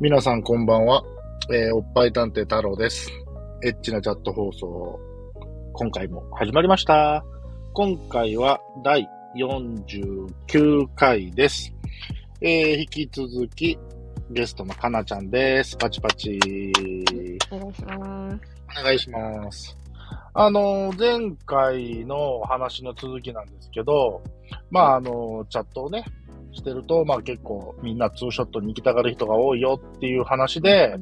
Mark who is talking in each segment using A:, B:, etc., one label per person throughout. A: 皆さんこんばんは。えーおっぱい探偵太郎です。エッチなチャット放送、今回も始まりました。今回は第49回です。えー引き続き、ゲストのかなちゃんです。パチパチ。
B: お願いします。
A: お願いします。あの、前回の話の続きなんですけど、まあ、あの、チャットをね、してると、まあ結構みんなツーショットに行きたがる人が多いよっていう話で、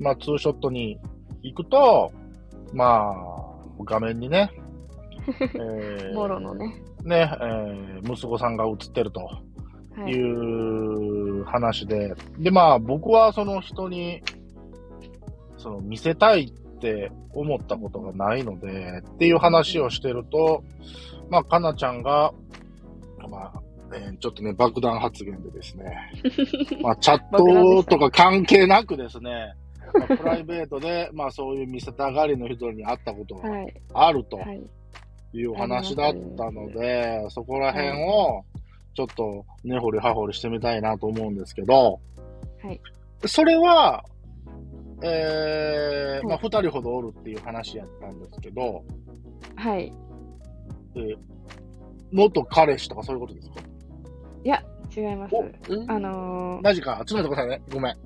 A: まあツーショットに行くと、まあ、画面に ね、えー
B: ボロのね。
A: ね、えー息子さんが映ってると
B: はいい。
A: う話で、で、まあ僕はその人に、その見せたいって思ったことがないので、っていう話をしてると、まあかなちゃんが、まあ、えーちょっとね、爆弾発言でですね、 まあチャ
B: 爆弾で
A: ット
B: した
A: とか関係なくですね、まあプライベートで、 まあそういう見せたがりの人に会ったことが
B: はい。
A: あると。
B: はい。
A: いうお話だったので、そこら辺をちょっと根掘り葉掘りしてみたいなと思うんですけど、
B: はい
A: それは、えーまあ、
B: は
A: 2人ほどおるっていう話やったんですけど、
B: はい。
A: 元彼氏とかそういうことですか
B: いや、違います。
A: お
B: あのー、
A: マジか、ちょっと待ってくださいね。ごめん。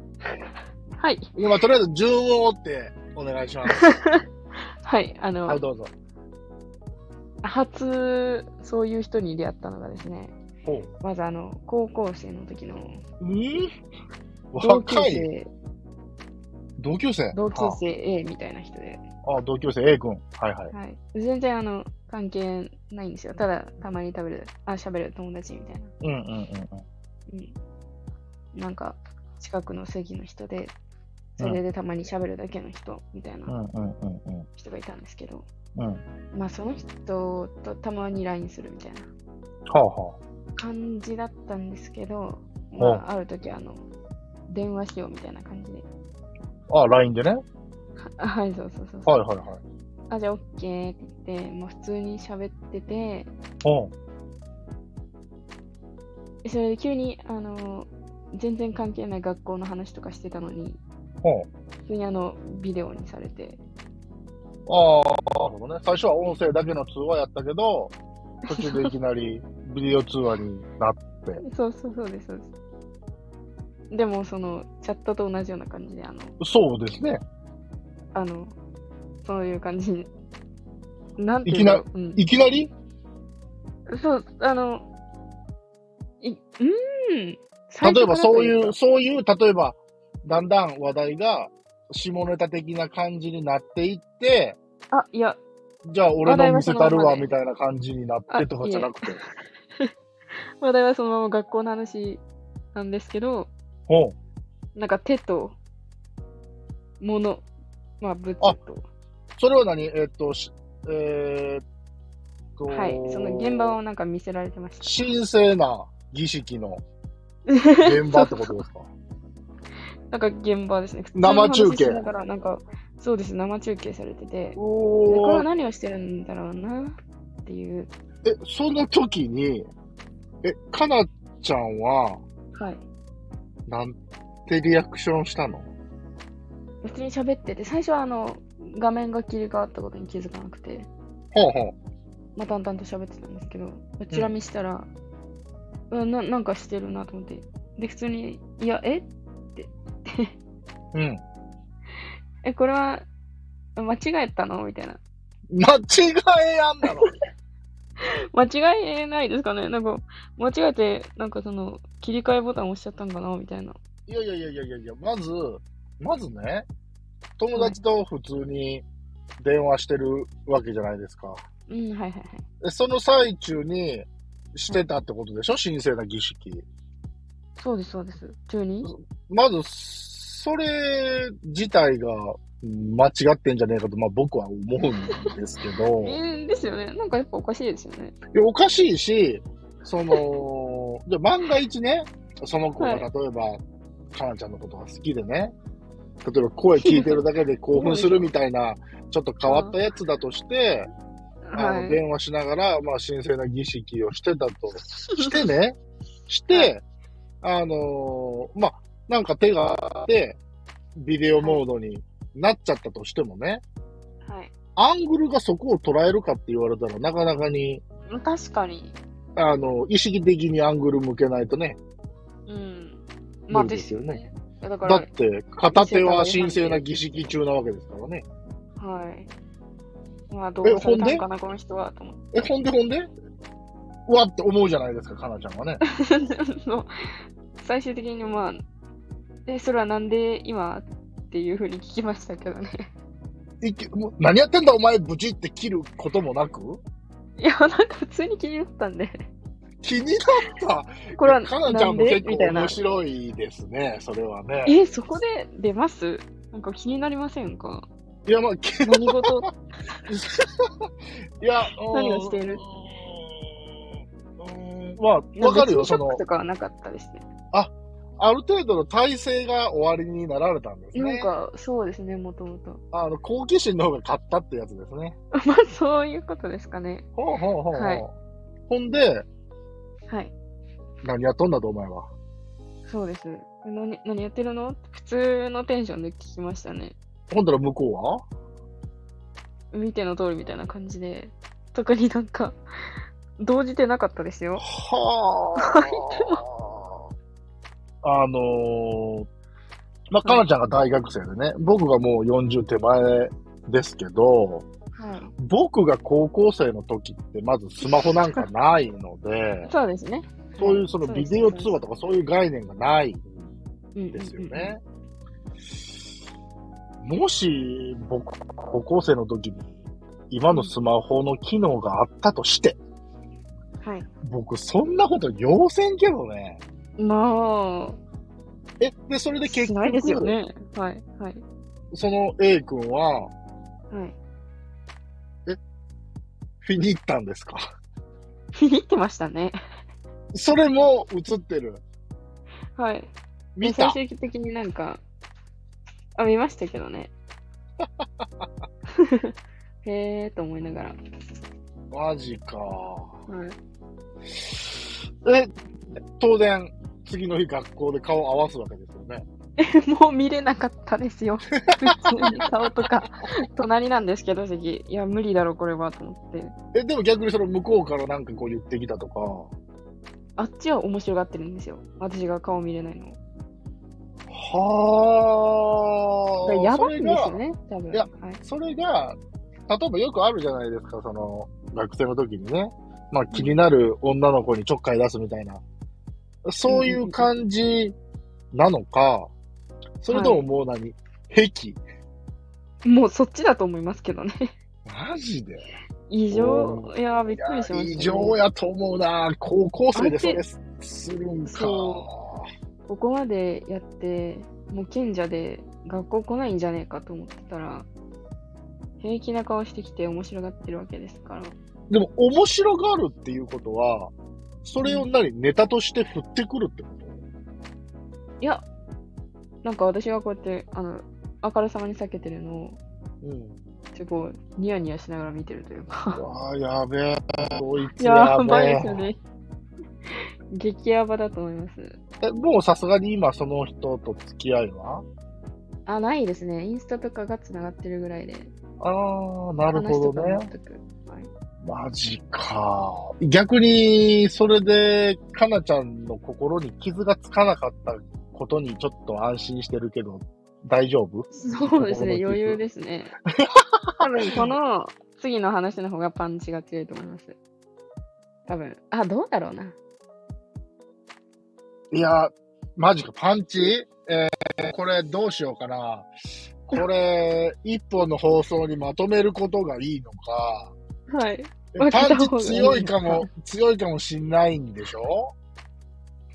B: はい。
A: 今、とりあえず順を追ってお願いし ます。
B: はい。あの、
A: はい、どうぞ。
B: 初、そういう人に出会ったのがですね、
A: ほ
B: まずあの、高校生の時の
A: う。ん
B: 同級
A: 若い
B: 生、
A: 同級生
B: 同級生 A みたいな人で、
A: ああ、同級生 A 君。はいはい。
B: はい。全然あの、関係ないんですよ。ただ、たまに食べる、あ、喋る友達みたいな。
A: うんうんうんうん。
B: うん。なんか、近くの席の人で、それでたまに喋るだけの人みたいな。
A: うんうんうんうん。
B: 人がいたんですけど、
A: うん
B: まあその人とたまに LINE するみたいな
A: はあは
B: 感じだったんですけど、ま
A: ほう
B: あ、ある時あの電話しようみたいな感じで、
A: あ。ああ、LINE でね。
B: あはい、そうそうそうそう、
A: はいはいはい。
B: あ、じゃあ OK って言って、もう普通に喋ってて、
A: うん。
B: それで急にあの全然関係ない学校の話とかしてたのに、
A: ほ
B: 急にあのビデオにされて、
A: ああ、なるほどね。最初は音声だけの通話やったけど、途中でいきな りビデオ通話になっ
B: そうそうそうです、そうです。でもそのチャットと同じような感じで、あの
A: そうですね。
B: あの、そういう感じに。なんて
A: い
B: い
A: き
B: う
A: な
B: のうん
A: いきなり
B: そう、あの、い、うーん。最
A: 例えば
B: 初
A: そ
B: からと
A: ういうう、
B: か。
A: そういう、例えば、だんだん話題が下ネタ的な感じになっていって、
B: あ、いや、
A: じゃあ俺の見せたる
B: 話題はそのまま
A: わ
B: で
A: みたいな感じになってとかじゃなくて。
B: 話題はそのまま学校の話なんですけど、
A: ほう。
B: なんか手と、もの、まあ物
A: あ
B: と。
A: それは何えっと、しえーっと、
B: はい。その現場をなんか見せられてました。
A: 神聖な儀式の現場って ことですか
B: なんか現場ですね。普通の
A: 生
B: 話
A: 中継
B: しながら、なんか、そうです、生中継されてて、でこ
A: お
B: れ
A: ー
B: は何をしてるんだろうな、っていう。
A: え、その時に、え、かなちゃんは、
B: はい。
A: なんてリアクションしたの
B: 普通に喋ってて、最初はあの、画面が切り替わったことに気づかなくて、
A: ほうほう。
B: まあ、淡々と喋ってたんですけど、チラ見したら、うん、ななんかしてるなと思って。で、普通に、いや、え
A: うん。
B: え、これは、間違えたのみたいな。
A: 間違えやんだろ。
B: 間違えないですかねなんか、間違えて、なんかその、切り替えボタン押しちゃったんかなみたいな。
A: いやいやいやいやいやいや、まず、まずね、友達と普通に電話してるわけじゃないですか。
B: うん、はいはいはい。
A: でその最中にしてたってことでしょ神聖な儀式。
B: そうです、そうです。中に
A: まず、それ自体が間違ってんじゃねえかと、まあ僕は思うんですけど。
B: えー、ですよね。なんかやっぱおかしいですよね。
A: いやおかしいし、その、じゃあ万が一ね、その子が
B: はい
A: 例えば、かなちゃんのことが好きでね、例えば声聞いてるだけで興奮するみたいな、ちょっと変わったやつだとして、あ
B: は
A: の
B: い。
A: 電話しながら、まあ、神聖な儀 式をしてたとしてね、して、あのーまあ、なんか手があって、ビデオモードになっちゃったとしてもね、
B: はい。
A: アングルがそこを捉えるかって言われたら、なかなかに、
B: 確かに。
A: あの、意識的にアングル向けないとね。
B: うん。まあ
A: 無理
B: で
A: です
B: す
A: よ
B: よ
A: ね
B: ね。いやだか
A: だ
B: ら
A: っ、て、片手は神聖な儀式中なわけですからね。
B: はい。まあどうされたのかな、この人は、と思って。
A: え、ほんでほんでうわって思うじゃないですか、かなちゃんはね。
B: そう最終的にまあ、え、それはなんで今っていうふうに聞きましたけどね。
A: いきもう何やってんだお前、ブチって切ることもなく
B: いや、なんか普通に気になったんで、
A: 気になった。
B: これは
A: かなちゃ
B: なんん
A: も
B: で
A: 結
B: みた
A: 構
B: いな
A: 面。白いですね、それはね。
B: え、そこで出ますなんか気になりません か
A: いや、まあ、き
B: 何事
A: いや、
B: 何をしている
A: うーんうーんまあ、わかるよ、
B: 別にシ
A: そ
B: ョッ
A: の
B: ク、とかはなかったですね。
A: ある程度の体制が終わりになられたんです
B: なん
A: ね。
B: か、そうですね、もともと。
A: あの、好奇心の方が勝ったってやつですね。
B: まあ、 そういうことですかね。
A: ほうほうほうほう。
B: はい
A: ほんで、
B: はい。
A: 何やっとんだと、お前は。
B: そうです。何、何やってるの普通のテンションで聞きましたね。
A: ほんだら向こうは
B: 見ての通りみたいな感じで、特になんか、動じてなかったですよ。
A: はあ。あのーまあ、かなちゃんが大学生でね、僕がもう40手前ですけど、
B: はい。
A: 僕が高校生の時ってまずスマホなんかないので
B: 、そうですね。
A: そういうその
B: そうで
A: ビ
B: す
A: デオ通話とかそういう概念がないん
B: うん
A: ですよ。ね。もし僕高校生の時に今のスマホの機能があったとして、
B: うんうんはい。
A: 僕そんなこと要せんけどね。
B: ま
A: え、で、それで
B: あ、
A: 結
B: し
A: 局、
B: ないですよね。はい。はい。
A: その A 君は、
B: はい。
A: フィニったんですか
B: ひにってましたね。
A: それも映ってる。
B: はい。
A: 見
B: 最
A: た。
B: 終的になんか、あ、見ましたけど ね。へえーと思いながら。はい。
A: マジか。え、当然、次の日学校で顔を合わすわけですよね。
B: もう見れなかったです よ。普通に顔とか、隣なんですけど、席。いや、無理だろ、これは、と思って。
A: え、でも逆にその向こうからなんかこう言ってきたとか、
B: あっちは面白がってるんですよ。私が顔見れないの。だ
A: は
B: から
A: あ。
B: やばいんです
A: それ
B: よ
A: が。
B: ね、多分。
A: いや
B: はい。
A: それが、例えばよくあるじゃないですか、その、学生の時にね。まあ気になる女の子にちょっかい出すみたいな。そういう感じなのか、それとももう何、癖
B: もうそっちだと思いますけ どね。
A: マジで
B: 異
A: お
B: 常、いやー、びっくりしました、ね。
A: 異常やと思うな高校生でそれ
B: 相
A: すするんか。
B: そここまでやって、もう賢者で学校来ないんじゃねえかと思ってたら、平気な顔してきて面白がってるわけですから。
A: でも面白がるっていうことは、それを何、ネタとして振ってくるってこと
B: いや、なんか私がこうやって、あの、あからさまに避けてるのを、
A: うん。
B: すごい、ニヤニヤしながら見てるというか。
A: ああ、やべえ。こいつや
B: や
A: べ
B: ばい
A: え。
B: ですよね。激ヤバだと思います。
A: えもうさすがに今その人と付き合いは
B: あ、ないですね。インスタとかが繋がってるぐらいで。
A: ああ、なる
B: 話
A: ほ
B: と
A: ど
B: か
A: ね
B: も。全くはい
A: マジか。逆に、それで、かなちゃんの心に傷がつかなかったことにちょっと安心してるけど、大丈夫
B: そうです
A: 心
B: ね、
A: の傷
B: 余裕ですね。 多分この次の話の方がパンチが強いと思います。多分あ、どうだろうな。
A: いや、マジか、パンチえー、これどうしようかな。これ、一本の放送にまとめることがいいのか。
B: はい。
A: え
B: 分け
A: パ
B: た方
A: ン
B: がい
A: チ
B: い
A: 強いかも、強いかもしんないんでしょ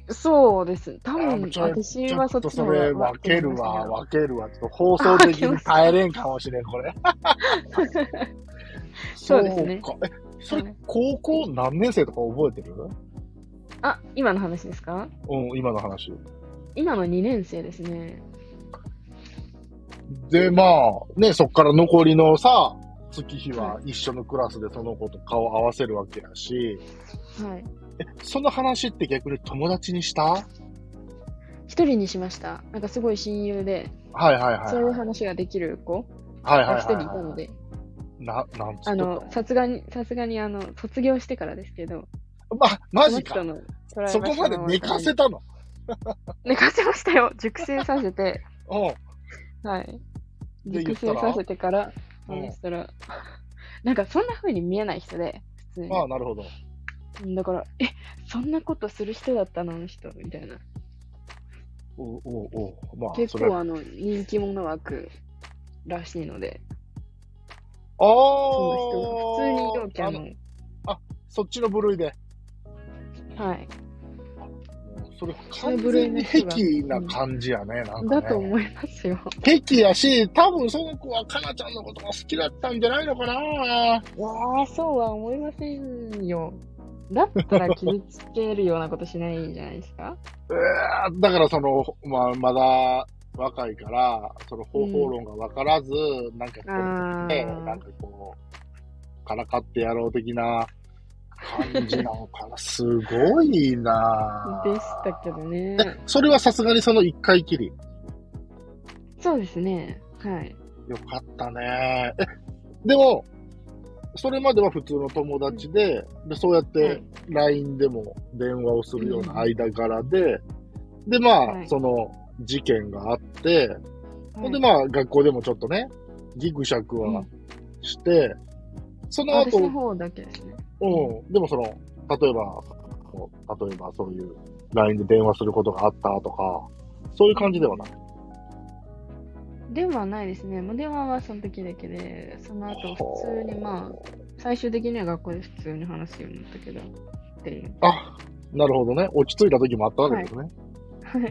B: そうです。多
A: あ
B: 分
A: もちろん
B: 私
A: ちょ
B: は
A: っ
B: そっ
A: と
B: ちの
A: そ
B: 方が
A: れ分けるわ、
B: わ
A: 分けるわ。ちょっと放送的に耐えれんかもしれん、これ。
B: かりましたけ
A: そ
B: そうう
A: か
B: です
A: え、
B: ね。
A: そ
B: は
A: れ
B: い、
A: 高校何年生とか覚えてる
B: どあ、今の話ですか
A: うん、今の話。
B: 今の2年生ですね。
A: で、まあ、ね、そっから残りのさ、月日は一緒のクラスでその子と顔を合わせるわけやし、
B: はい。
A: その話って逆に友達にした
B: 一人にしました。なんかすごい親友で、
A: はいはいはい。
B: そういう話ができる子
A: はいはい
B: が
A: はい。
B: 一人いたので、
A: な、なんつ
B: あ
A: ってた
B: の、さすがに、さすがに、あの、卒業してからですけど、
A: ま、マジ
B: そ
A: か。
B: の人の捉え場所
A: そこまで寝かせたの。
B: 寝かせましたよ。熟成させて、
A: うん。
B: はい。
A: で
B: 熟成させてから、話したら、 なんかそんな風に見えない人で、普通に
A: ああ、なるほど。。
B: だから、え、そんなことする人だったの、あの人、みたいな。
A: おうおうおうまあ、
B: 結
A: それ
B: 構、あの、人気者枠らしいので、
A: あ
B: その人、普通に陽キ
A: あ
B: ャ
A: の
B: の、
A: そっちの部類で。
B: はい。
A: それ、
B: そう
A: 完
B: いう部類
A: 全
B: の
A: に
B: 人が
A: 癖な感じやね、なんか、ね。
B: だと思いますよ。
A: 癖やし、多分その子はかなちゃんのことが好きだったんじゃないのかな。
B: いやー、そうは思いませんよ。だったら傷つけるようなことしないんじゃないで すか
A: えーだからその、まあ、まだ若いから、その方法論がわからず、なんかこ
B: あ
A: う、ね、
B: ー
A: なんかこう、からかってやろう的な感じなのか な。すごいな
B: でしたけどね。
A: えそれはさすがにその一回きり。
B: そうですね。はい。
A: よかったね。え、でも、それまでは普通の友達で、でそうやっ
B: は
A: て
B: い
A: LINE でも電話をするよう
B: うん
A: な間柄で、で、まあ、
B: はい
A: その事件があって、ほんで
B: あ、
A: まあ、学校でもちょっとね、ギクシャクはして、その
B: 私
A: 後、
B: の方だけですね。
A: うん、でもその、例えば、こう例えばそういう LINE で電話することがあったとか、そういう感じではない。
B: 電話はないですね。もう電話はその時だけで、その後普通にまあ、最終的には学校で普通に話すようになったけど、っていう。
A: あ、なるほどね。落ち着いた時もあったわけですね。
B: はい。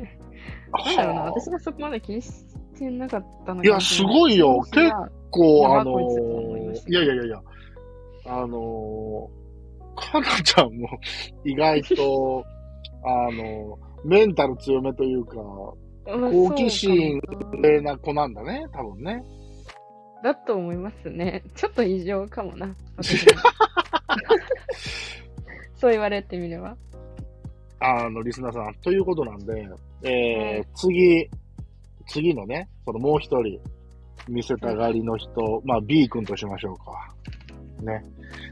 A: は
B: だからな、
A: あ
B: 私がそこまで気にしてなかったの
A: いやすごいよ
B: 結構。
A: こ
B: や
A: う、
B: ば
A: あの
B: こいつと思いました
A: ー、いやいやいやいや、あのー、かなちゃんも意外 と、あのー、メンタル強めというか、
B: まあ
A: 好奇
B: そう
A: 心冷な子なんだね、多分ね。
B: かだと思いますね。ちょっと異常かも な。私も そう言われてみれば。
A: あの、リスナーさん。ということなんで、
B: は
A: え
B: い
A: ー、次、次のね、そのもう一人、見せたがりの人、まあ B 君としましょうか。ね。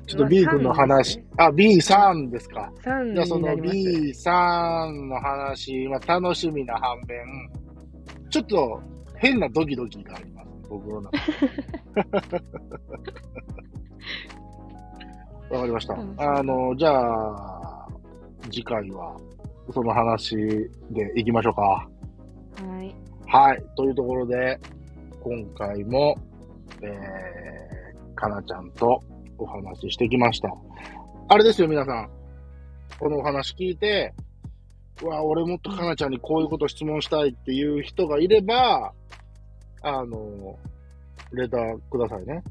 A: ちょっと B 君の話、あ、B さんですか。
B: 3
A: じゃあそ
B: にな
A: の
B: ります。
A: B さんの話は楽しみな反面、ちょっと変なドキドキがあります、僕の中 で。わかりました
B: 楽しみ。だ
A: あの、じゃあ、次回はその話でいきましょうか。
B: はい。
A: はい。というところで、今回も、えー、かなちゃんとお話ししてきました。あれですよ、皆さん。このお話聞いて、うわ、俺もっとかなちゃんにこういうこと質問したいっていう人がいれば、あの、レターくださいね。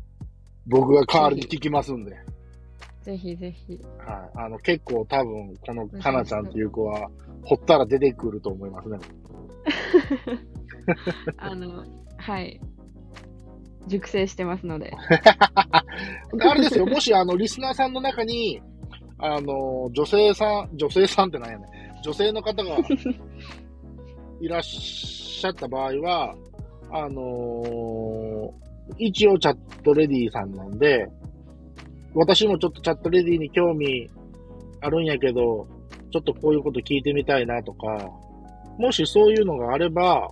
A: 僕が代わりに聞きますんで。
B: ぜひぜひ。
A: はい。あの、結構多分、このかなちゃんっていう子は、ほったら出てくると思いますね。
B: あの、はい。熟成してますので。
A: で あれですよ、もしあの、リスナーさんの中に、あの、女性さん、女性さんってなんやねん女性の方がいらっしゃった場合は、あのー一応チャットレディさんなんで、私もちょっとチャットレディに興味あるんやけど、ちょっとこういうこと聞いてみたいなとか、もしそういうのがあれば、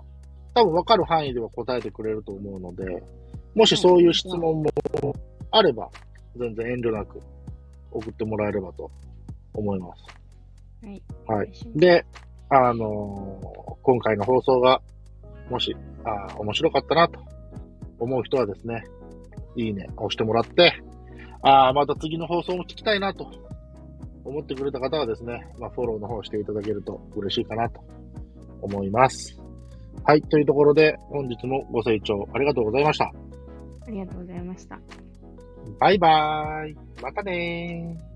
A: 多分分かる範囲では答えてくれると思うので、もしそういう質問もあれば、全然遠慮なく送ってもらえればと思います。
B: はい。
A: はい。で、あのー今回の放送が、もし、あー面白かったなと思う人はですね、いいね押してもらって、あーまた次の放送も聞きたいなと思ってくれた方はですね、まあ、フォローの方していただけると嬉しいかなと思います。はい。というところで、本日もご清聴ありがとうございました。
B: ありがとうございました。
A: バイバーイ。またねー。